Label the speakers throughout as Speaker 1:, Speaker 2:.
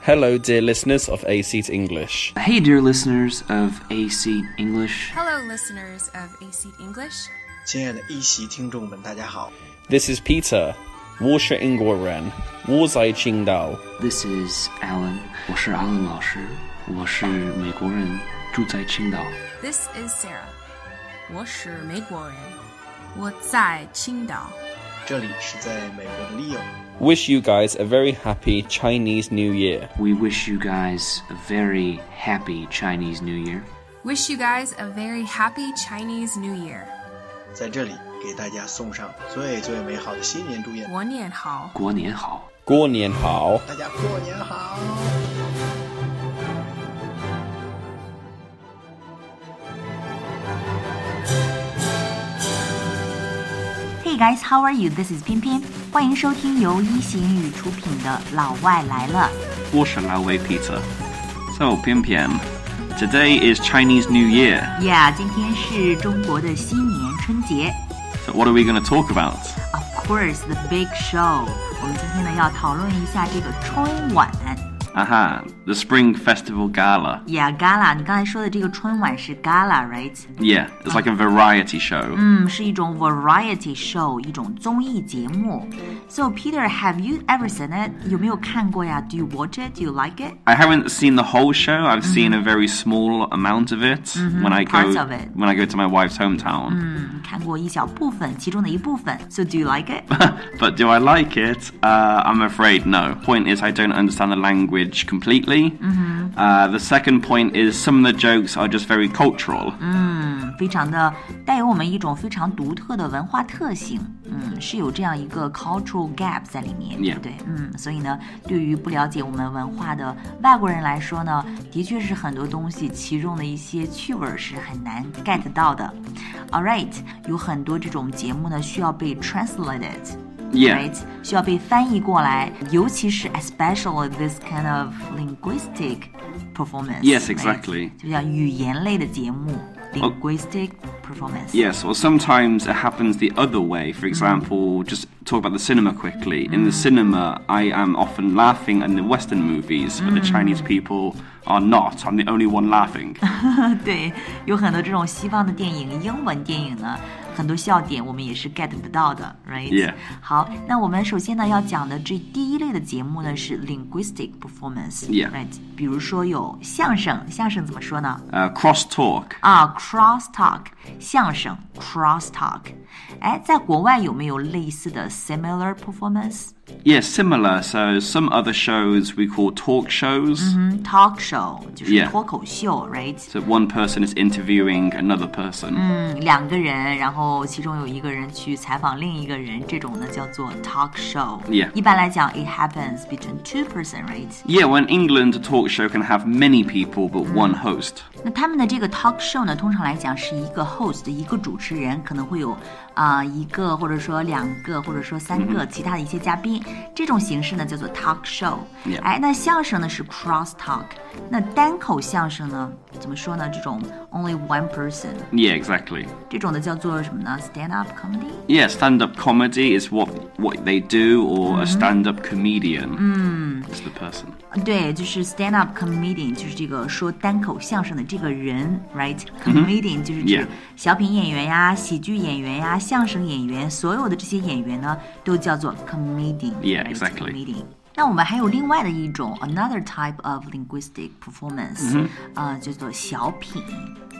Speaker 1: Hello, dear listeners of A Seat English.
Speaker 2: Hey, dear listeners of AC English.
Speaker 3: Hello, listeners of AC English.
Speaker 4: 亲爱的一席听众们，大家好，
Speaker 1: This is Peter. 我是英国人，我在青岛。
Speaker 2: This is Alan. 我是 Alan 老师，我是美国人，住在青岛。
Speaker 3: This is Sarah. 我是美国人，我在青岛。
Speaker 4: 这里是在美国的 Leo。
Speaker 1: Wish you guys a very happy Chinese New Year.
Speaker 2: We wish you guys a very happy Chinese New Year.
Speaker 3: Wish you guys a very happy Chinese New Year.
Speaker 4: 在这里给大家送上最最美好的新年祝愿，
Speaker 3: 我念好。
Speaker 2: 国年好。
Speaker 1: 过年好。
Speaker 4: 大家过年好！
Speaker 5: Hey guys, how are you? This is 偏偏，欢迎收听由一席英语出品的《老外来了》。
Speaker 2: 我是老魏 Peter。So 偏偏，Today is Chinese New Year.
Speaker 5: Yeah，今天是中国的新年春节。
Speaker 2: So what are we going to talk about?
Speaker 5: Of course, the big show。我们今天呢要讨论一下这个春晚。
Speaker 2: Aha, the Spring Festival Gala.
Speaker 5: Yeah, gala。你刚才说的这个春晚是 gala，right？
Speaker 2: Yeah, it's like a variety show.
Speaker 5: 嗯，是一种 variety show，一种综艺节目。So Peter, have you ever seen it？有没有看过呀？Do you watch it? Do you like it?
Speaker 2: I haven't seen the whole show. I've seen a very small amount of it when I go
Speaker 5: Mm-hmm. parts of it.
Speaker 2: when I go to my wife's hometown.
Speaker 5: 嗯，看过一小部分，其中的一部分。So do you like it？
Speaker 2: but do I like it? Uh, I'm afraid no. Point is, I don't understand the language completely.
Speaker 5: Mm-hmm.
Speaker 2: Uh, the second point is, some of the jokes are just very cultural.
Speaker 5: Mm, 非常的带有我们一种非常独特的文化特性，嗯，是有这样一个 cultural gap 在里面
Speaker 2: Yeah.
Speaker 5: 对不对？嗯，所以呢，对于不了解我们文化的外国人来说呢，的确是很多东西其中的一些趣味儿是很难 get 到的。All right，有很多这种节目呢需要被 translated。
Speaker 2: Yeah.
Speaker 5: Right，需要被翻译过来，尤其是 especially this kind of linguistic performance。
Speaker 2: Yes, exactly. 哦
Speaker 5: 就像语言类的节目，linguistic performance。
Speaker 2: Yes, or sometimes it happens the other way. For
Speaker 5: Mm.
Speaker 2: example, just talk about the cinema quickly. In the cinema, I am often laughing in the Western movies, but
Speaker 5: Mm.
Speaker 2: the Chinese people are not. I'm the only one laughing.
Speaker 5: 对，有很多这种西方的电影，英文电影呢，很多笑点我们也是 get 不到的，right？、
Speaker 2: Yeah
Speaker 5: 好，那我们首先呢要讲的这第一类的节目呢是 linguistic performance，right？、
Speaker 2: Yeah
Speaker 5: 比如说有相声，相声怎么说呢？
Speaker 2: Uh, cross talk.
Speaker 5: 啊，cross talk，相声 cross talk。哎，在国外有没有类似的 similar performance？
Speaker 2: Yeah, similar. So some other shows we call talk shows.
Speaker 5: 嗯，talk show 就是
Speaker 2: Yeah
Speaker 5: 脱口秀，right？
Speaker 2: So one person is interviewing another person.
Speaker 5: 两个人，然后其中有一个人去采访另一个人，这种呢叫做 talk show。
Speaker 2: Yeah.
Speaker 5: 一般来讲，it happens between two person, right？
Speaker 2: Yeah, well, in England, a talk show can have many people but one host.
Speaker 5: 那他们的这个 talk show 呢，通常来讲是一个 host，一个主持人，可能会有啊、呃一个或者说两个或者说三个其他的一些嘉宾，这种形式呢叫做 talk show。
Speaker 2: Yeah.
Speaker 5: 哎，那相声呢是 cross talk，那单口相声呢怎么说呢？这种 only one person，
Speaker 2: Yeah, exactly.
Speaker 5: 这种的叫做什么呢？stand up comedy。
Speaker 2: Yeah, stand-up comedy is what what they do, or a stand-up comedian is the person.
Speaker 5: 对，就是 stand up comedian，就是这个说单口相声的这个人，right？comedian、就是指
Speaker 2: 嗯 Yeah
Speaker 5: 小品演员呀、喜剧演员呀、相声演员，所有的这些演员呢，都叫做 comedian。
Speaker 2: Yeah,
Speaker 5: right?
Speaker 2: exactly.
Speaker 5: Comedian。那我们还有另外的一种 another type of linguistic
Speaker 2: 嗯
Speaker 5: performance，、呃，叫做小品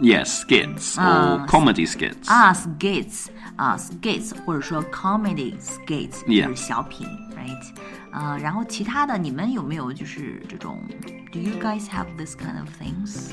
Speaker 2: Yeah, skits or
Speaker 5: Ah,
Speaker 2: comedy skits.
Speaker 5: 啊，skits 啊，skits，或者说 comedy skits，就
Speaker 2: Yeah
Speaker 5: 是小品，right？呃，然后其他的你们有没有就是这种？Do you guys have this kind of things？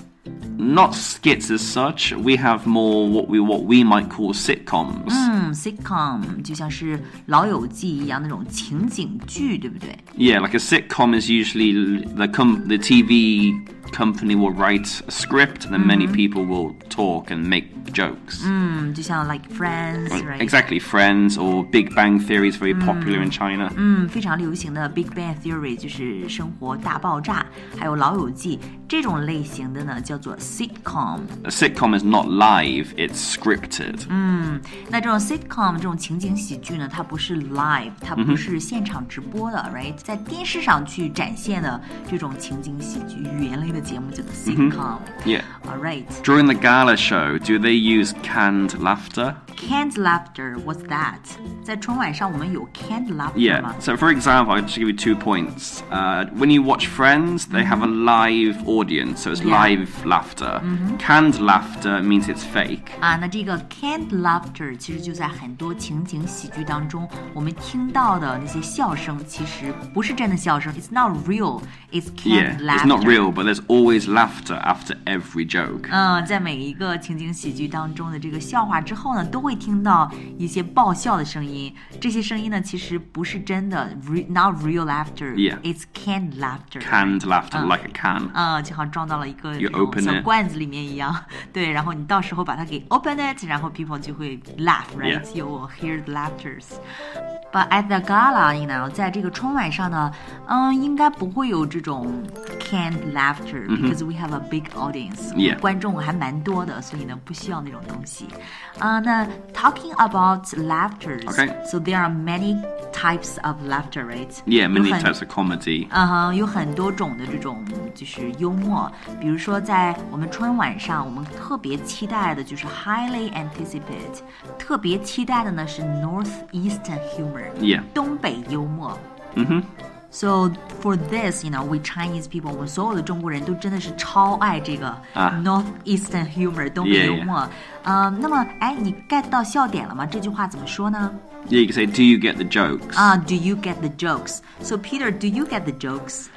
Speaker 2: Not skits as such. We have more what we what we might call sitcoms.
Speaker 5: 嗯，sitcom 就像是《老友记》一样那种情景剧，对不对
Speaker 2: Yeah, like a sitcom is usually the com the TV company will write a script, and then
Speaker 5: Mm-hmm.
Speaker 2: many people will talk and make jokes.
Speaker 5: 嗯，就像 like Friends Mm, right？Mm.
Speaker 2: Exactly, Friends or Big Bang Theory is very popular in China.
Speaker 5: 嗯，非常流行的《Big Bang Theory》就是《生活大爆炸》，还有《老友记》这种类型的呢，叫做 sitcom。
Speaker 2: A sitcom is not live, it's scripted.
Speaker 5: Mm. 那这种 sitcom 这种情景喜剧呢，它不是 live，它
Speaker 2: 嗯
Speaker 5: 不是现场直播的、r i g h t 在电视上去展现的这种情景喜剧语言类的节目叫做
Speaker 2: 嗯
Speaker 5: sitcom。
Speaker 2: Yeah.
Speaker 5: All right,
Speaker 2: During the gala show, do they use canned laughter?
Speaker 5: canned laughter. What's that？在春晚上我们有 canned laughter
Speaker 2: Yeah.
Speaker 5: 吗
Speaker 2: So, for example, I'll just give you two points. Uh, when you watch Friends, they have a live audience, so it's
Speaker 5: Mm-hmm. Yeah. Mm-hmm.
Speaker 2: live laughter. Canned laughter means it's fake.
Speaker 5: 啊，那这个 canned laughter 其实就在很多情景喜剧当中，我们听到的那些笑声其实不是真的笑声，it's not real，it's
Speaker 2: Yeah,
Speaker 5: canned
Speaker 2: it's not
Speaker 5: laughter。Uh,
Speaker 2: real, but there's always laughter after every joke.
Speaker 5: 嗯，在每一个情景喜剧当中的这个笑话之后呢，都会听到一些爆笑的声音。这些声音呢，其实不是真的，re-，not real
Speaker 2: Yeah.
Speaker 5: laughter，it's canned laughter。
Speaker 2: Canned laughter, like a can.
Speaker 5: 呃，就好像装到了一个
Speaker 2: You
Speaker 5: 那种
Speaker 2: open
Speaker 5: 小
Speaker 2: it.
Speaker 5: 罐子里面一样， 对，然后你到时候把它给 open it，然后 people 就会 laugh，right？、
Speaker 2: Yeah.
Speaker 5: You will hear the laughters。But at the gala, you know，在这个春晚上呢，嗯，应该不会有这种 canned laughter、because we have a big audience，、
Speaker 2: Yeah.
Speaker 5: 观众还蛮多的，所以呢不需要那种东西。啊、那 talking about laughters，、
Speaker 2: Okay.
Speaker 5: so there are many types of laughter，right？
Speaker 2: Yeah, many
Speaker 5: 有很
Speaker 2: types of comedy.
Speaker 5: 嗯哼，有很多种的这种就是幽默，比如说在我们春晚上，我们特别期待的就是 highly anticipate，特别期待的呢是 northeastern humor，、
Speaker 2: Yeah. 嗯
Speaker 5: 东北幽默。So for this, you know, we Chinese people，我们所有的中国人都真的是超爱这个
Speaker 2: 啊
Speaker 5: northeastern humor，、东北
Speaker 2: Yeah,
Speaker 5: 幽默。嗯那么哎，你 get 到笑点了吗？这句话怎么说呢？
Speaker 2: Yeah, you can say, do you get the jokes?
Speaker 5: 啊、d o you get the jokes? So Peter, do you get the jokes?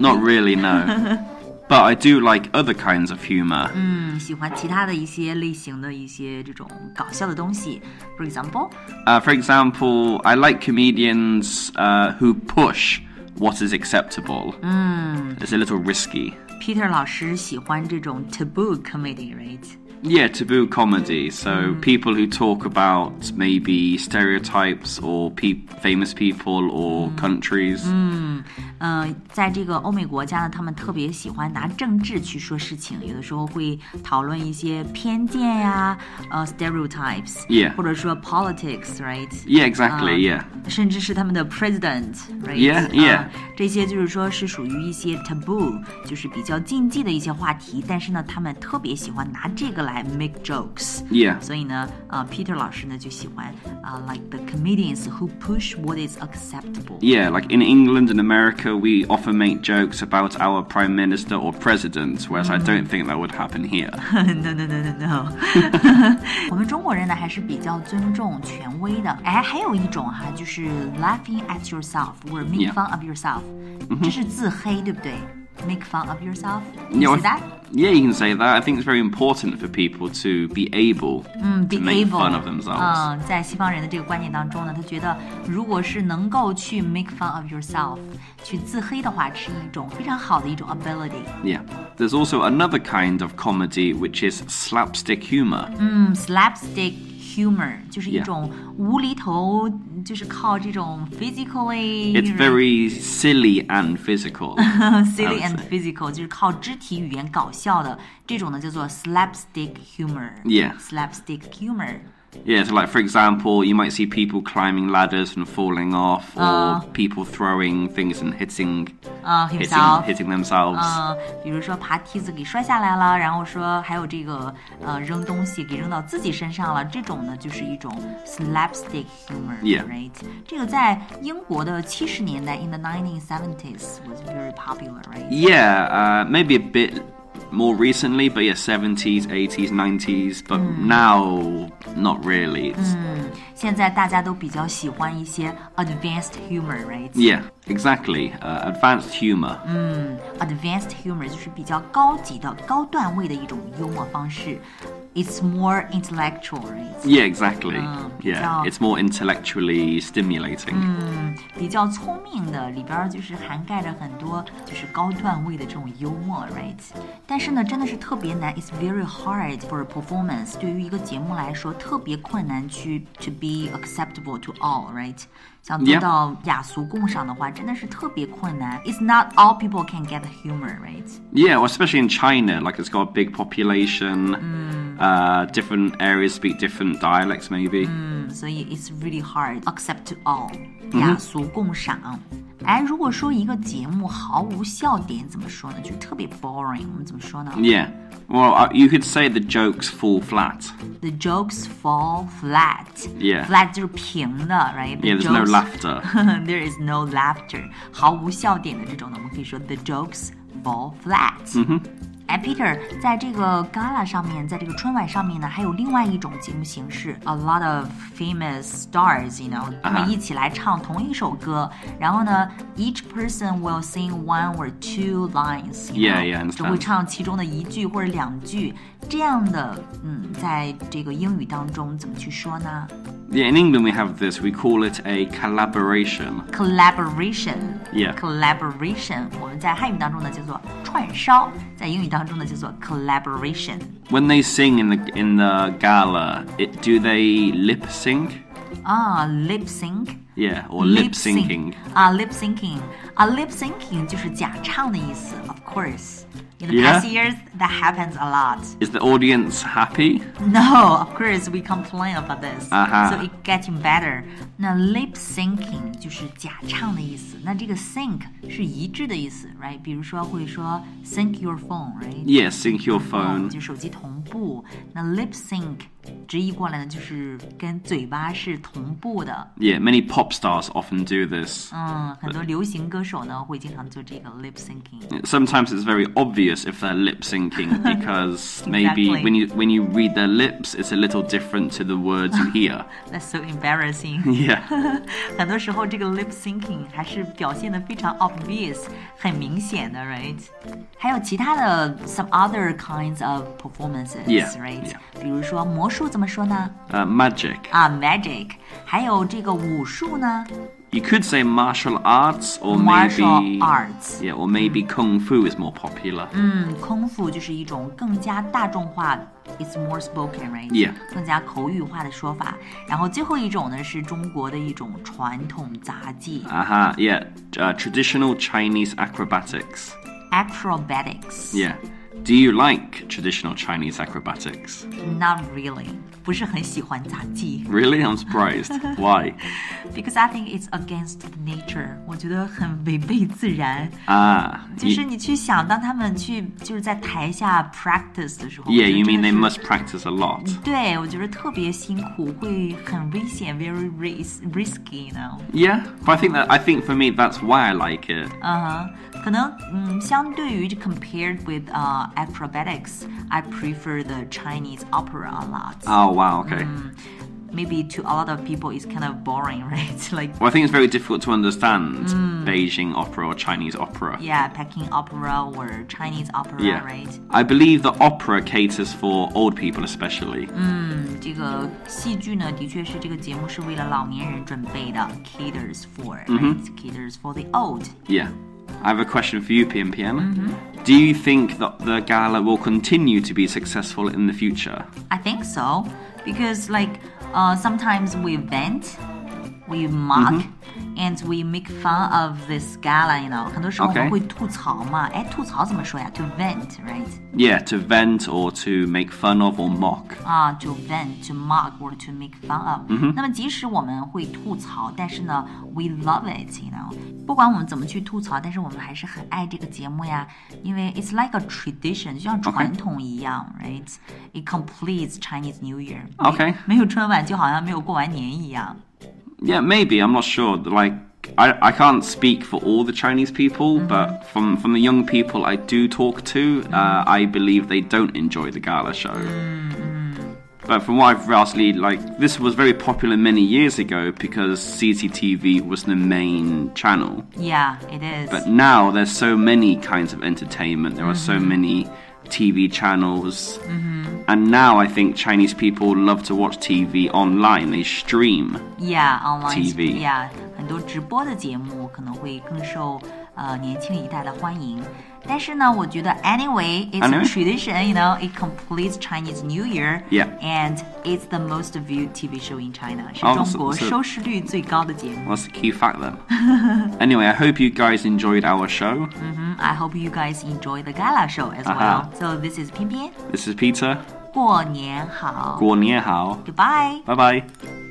Speaker 2: Not really, no. but I do like other kinds of humor.
Speaker 5: 喜欢其他的一些类型的一些这种搞笑的东西。For example，
Speaker 2: Uh, for example, I like comedians uh, who push what is acceptable. It's a little risky.
Speaker 5: Peter 老师喜欢这种 taboo comedy，right？
Speaker 2: Yeah, taboo comedy. So people who talk about maybe stereotypes or pe- famous people or countries.
Speaker 5: 呃，在这个欧美国家呢，他们特别喜欢拿政治去说事情，有的时候会讨论一些偏见呀、呃 stereotypes，、
Speaker 2: Yeah.
Speaker 5: 或者说 politics，right？
Speaker 2: Yeah, exactly. yeah.
Speaker 5: 甚至是他们的 president，right？
Speaker 2: Yeah, yeah.
Speaker 5: 啊这些就是说是属于一些 taboo，就是比较禁忌的一些话题，但是呢，他们特别喜欢拿这个来 make jokes。
Speaker 2: Yeah.
Speaker 5: 所以呢，呃，Peter 老师呢就喜欢啊、l i k e the comedians who push what is acceptable。
Speaker 2: Yeah, like in England and America, we often make jokes about our prime minister or president, whereas I don't think that would happen here.
Speaker 5: no no no no no 。我们中国人呢还是比较尊重权威的。哎，还有一种哈，就是 laughing at yourself or
Speaker 2: Yeah.
Speaker 5: make
Speaker 2: 嗯
Speaker 5: fun of yourself，、这是自黑，对不对？Make fun of yourself，
Speaker 2: Yeah,
Speaker 5: You
Speaker 2: I
Speaker 5: say
Speaker 2: th-
Speaker 5: that？
Speaker 2: yeah, you can say that. I think it's very important for people to be able to
Speaker 5: 嗯 be
Speaker 2: make
Speaker 5: able
Speaker 2: fun of themselves.
Speaker 5: 嗯，在西方人的这个观念当中呢，他觉得如果是能够去 make fun of yourself，去自黑的话，是一种非常好的一种 ability。
Speaker 2: Yeah. There's also another kind of comedy, which is slapstick humor.
Speaker 5: 嗯，slapstick humor 就是一
Speaker 2: Yeah.
Speaker 5: 种无厘头，就是靠这种 physically
Speaker 2: It's very silly and physical.
Speaker 5: silly
Speaker 2: I would
Speaker 5: and
Speaker 2: say.
Speaker 5: physical，就是靠肢体语言搞笑的这种呢，叫做 slapstick humor。
Speaker 2: Yeah.
Speaker 5: slapstick humor。
Speaker 2: yeah, so like for example, you might see people climbing ladders and falling off, or
Speaker 5: Uh.
Speaker 2: people throwing things and hitting,
Speaker 5: 啊 h i m s e
Speaker 2: hitting,
Speaker 5: l f
Speaker 2: hitting themselves.
Speaker 5: 嗯，比如说爬梯子给摔下来了，然后说还有这个呃扔东西给扔到自己身上了，这种呢就是一种 slapstick
Speaker 2: Yeah.
Speaker 5: humor，right？、这个在英国的七十年代 in the 1970s was very popular，right？
Speaker 2: Yeah, uh, maybe a bit more recently, but yeah, 70s, 80s, 90s, but now, not really. It's,
Speaker 5: 现在大家都比较喜欢一些 advanced humor，right？
Speaker 2: Yeah, exactly. Uh, advanced humor.
Speaker 5: advanced humor 就是比较高级的、高段位的一种幽默方式。It's more intellectual, right?
Speaker 2: Yeah, exactly. yeah,
Speaker 5: yeah.
Speaker 2: it's more intellectually stimulating.
Speaker 5: 比较聪明的，里边儿就是涵盖着很多就是高段位的这种幽默，right？但是呢，真的是特别难，it's very hard for a performance。对于一个节目来说，特别困难去 to be acceptable to all，right？想做
Speaker 2: Yeah.
Speaker 5: 到雅俗共赏的话，真的是特别困难。It's not all people can get humor，right？
Speaker 2: Yeah, well, especially in China, like it's got a big population. Uh, different areas speak different dialects, maybe.
Speaker 5: 嗯所以 it's really hard accept to all，雅俗共赏。哎，如果说一个节目毫无笑点，怎么说呢？就特别 boring，我们怎么说呢
Speaker 2: Yeah. Well, uh, you could say the jokes fall flat.
Speaker 5: ？The jokes fall flat。
Speaker 2: Yeah.
Speaker 5: Flat 就是平的，right？The
Speaker 2: Yeah, there's no
Speaker 5: jokes-
Speaker 2: laughter.
Speaker 5: There is no laughter，毫无笑点的这种呢，我们可以说 the jokes fall flat。嗯哼。哎，Peter，在这个 gala 上面，在这个春晚上面呢，还有另外一种节目形式，a lot of famous stars，you know，
Speaker 2: 啊哈
Speaker 5: 他们一起来唱同一首歌，然后呢，each person will sing one or two lines，you
Speaker 2: Yeah,
Speaker 5: know，
Speaker 2: yeah, I understand.
Speaker 5: 只会唱其中的一句或者两句，这样的，嗯，在这个英语当中怎么去说呢
Speaker 2: Yeah, in England we have this. We call it a collaboration.
Speaker 5: ？Collaboration。
Speaker 2: Yeah.
Speaker 5: collaboration，我们在汉语当中呢叫做串烧，在英语当中呢叫做 collaboration。
Speaker 2: When they sing in the in the gala, it, do they lip sync?
Speaker 5: 啊，lip sync。
Speaker 2: Yeah, or lip syncing.
Speaker 5: 啊，lip syncing 啊，lip syncing 就是假唱的意思，of course。In the
Speaker 2: Yeah.
Speaker 5: past years, that happens a lot.
Speaker 2: Is the audience happy?
Speaker 5: No, of course, we complain about this.
Speaker 2: 啊哈
Speaker 5: So it getting better. 那 lip syncing 就是假唱的意思。那这个 sync 是一致的意思，right？比如说会说 sync your phone，right？
Speaker 2: Yeah, sync your
Speaker 5: 嗯
Speaker 2: phone.
Speaker 5: 就手机同步。那 lip sync 直译过来呢，就是跟嘴巴是同步的。
Speaker 2: Yeah, many pop stars often do this.
Speaker 5: 嗯，很多流行歌手呢会经常做这个 lip
Speaker 2: 嗯
Speaker 5: syncing。
Speaker 2: Sometimes it's very obvious if they're lip syncing because maybe
Speaker 5: Exactly.
Speaker 2: when you when you read their lips, it's a little different to the words you hear.
Speaker 5: That's so embarrassing。
Speaker 2: yeah,
Speaker 5: 很多时候这个 lip syncing 还是表现的非常 obvious，很明显的，right？还有其他的 some other kinds of
Speaker 2: Yeah,
Speaker 5: performances，right？
Speaker 2: yeah.
Speaker 5: 比如说魔术怎么说呢？
Speaker 2: uh, magic.
Speaker 5: 啊，magic。还有这个武术呢
Speaker 2: You could say martial arts or
Speaker 5: ，martial
Speaker 2: maybe
Speaker 5: arts。Mm.
Speaker 2: Yeah, or maybe kung fu is more popular.
Speaker 5: 空腹就是一种更加大众化，it's more spoken right，、
Speaker 2: Yeah.
Speaker 5: 更加口语化的说法。然后最后一种呢是中国的一种传统杂技、
Speaker 2: Aha, yeah, uh, traditional Chinese acrobatics.
Speaker 5: acrobatics。
Speaker 2: Yeah. Do you like traditional Chinese acrobatics?
Speaker 5: Not really，不是很喜欢杂技
Speaker 2: Really? I'm surprised. Why?
Speaker 5: ，because I think it's against nature。我觉得很违背自然。
Speaker 2: Ah,
Speaker 5: 就
Speaker 2: you-
Speaker 5: 是你去想，当他们去就是在台下 practice 的时候
Speaker 2: yeah,
Speaker 5: 我觉得
Speaker 2: you mean
Speaker 5: 真
Speaker 2: they
Speaker 5: 的是
Speaker 2: must practice a lot.
Speaker 5: 对我觉得特别辛苦，会很危险，very ris risky，you know。
Speaker 2: Yeah, but I think that I think for me that's why I like it.
Speaker 5: 嗯哼，可能嗯，相对于 compared with 呃、acrobatics，I prefer the Chinese opera a lot.
Speaker 2: Oh wow, okay.
Speaker 5: Maybe to a lot of people it's kind of boring, right? Like
Speaker 2: Well, I think it's very difficult to understand Beijing opera or Chinese opera.
Speaker 5: Hmm. yeah, Peking opera or Chinese opera, right?
Speaker 2: I believe the opera caters for old people especially.
Speaker 5: 嗯这个戏剧呢，的确是这个节目是为了老年人准备的，caters for, right? Caters for the old.
Speaker 2: Yeah. I have a question for you, PMPM.
Speaker 5: Mm-hmm.
Speaker 2: Do you think that the gala will continue to be successful in the future?
Speaker 5: I think so, because like uh, sometimes we vent, we mock,
Speaker 2: Mm-hmm.
Speaker 5: and we make fun of this gala. You know，很多时候我
Speaker 2: Okay.
Speaker 5: 们会吐槽嘛。哎，吐槽怎么说呀？To vent, right？
Speaker 2: Yeah, to vent or to make fun of or mock.
Speaker 5: 啊、t o vent, to mock, or to make fun of、那
Speaker 2: Mm-hmm.
Speaker 5: 么即使我们会吐槽，但是呢，we love it. You know，不管我们怎么去吐槽，但是我们还是很爱这个节目呀，因为 it's like a tradition，就像传统一样，right？It completes Chinese New Year.
Speaker 2: Okay.
Speaker 5: 没有春晚就好像没有过完年一样。
Speaker 2: Yeah, maybe. I'm not sure. Like, I, I can't speak for all the Chinese people, but from, from the young people
Speaker 5: Mm.
Speaker 2: I do talk to, uh, I believe they don't enjoy the gala show. But from what I've recently, like this was very popular many years ago because CCTV was the main channel.
Speaker 5: Yeah, it is.
Speaker 2: But now there's so many kinds of entertainment. There are so
Speaker 5: Mm-hmm.
Speaker 2: many TV channels, and now I think Chinese people love to watch TV online. They stream.
Speaker 5: yeah, online
Speaker 2: TV
Speaker 5: yeah，很多直播的节目可能会更受呃年轻一代的欢迎。但是呢，我觉得 anyway it's a
Speaker 2: Anyway?
Speaker 5: tradition, you know, it completes Chinese New Year,
Speaker 2: Yeah.
Speaker 5: and it's the most viewed TV show in China，是
Speaker 2: Oh,
Speaker 5: 中
Speaker 2: so-
Speaker 5: 国
Speaker 2: so-
Speaker 5: 收视率最高的节目。
Speaker 2: Well, that's the key fact then. anyway, I hope you guys enjoyed our show.
Speaker 5: I hope you guys enjoy the gala show as well.
Speaker 2: Aha.
Speaker 5: So this is 偏偏
Speaker 2: This is Peter.
Speaker 5: 过年好
Speaker 2: 过年好.
Speaker 5: ，Goodbye.
Speaker 2: Bye bye.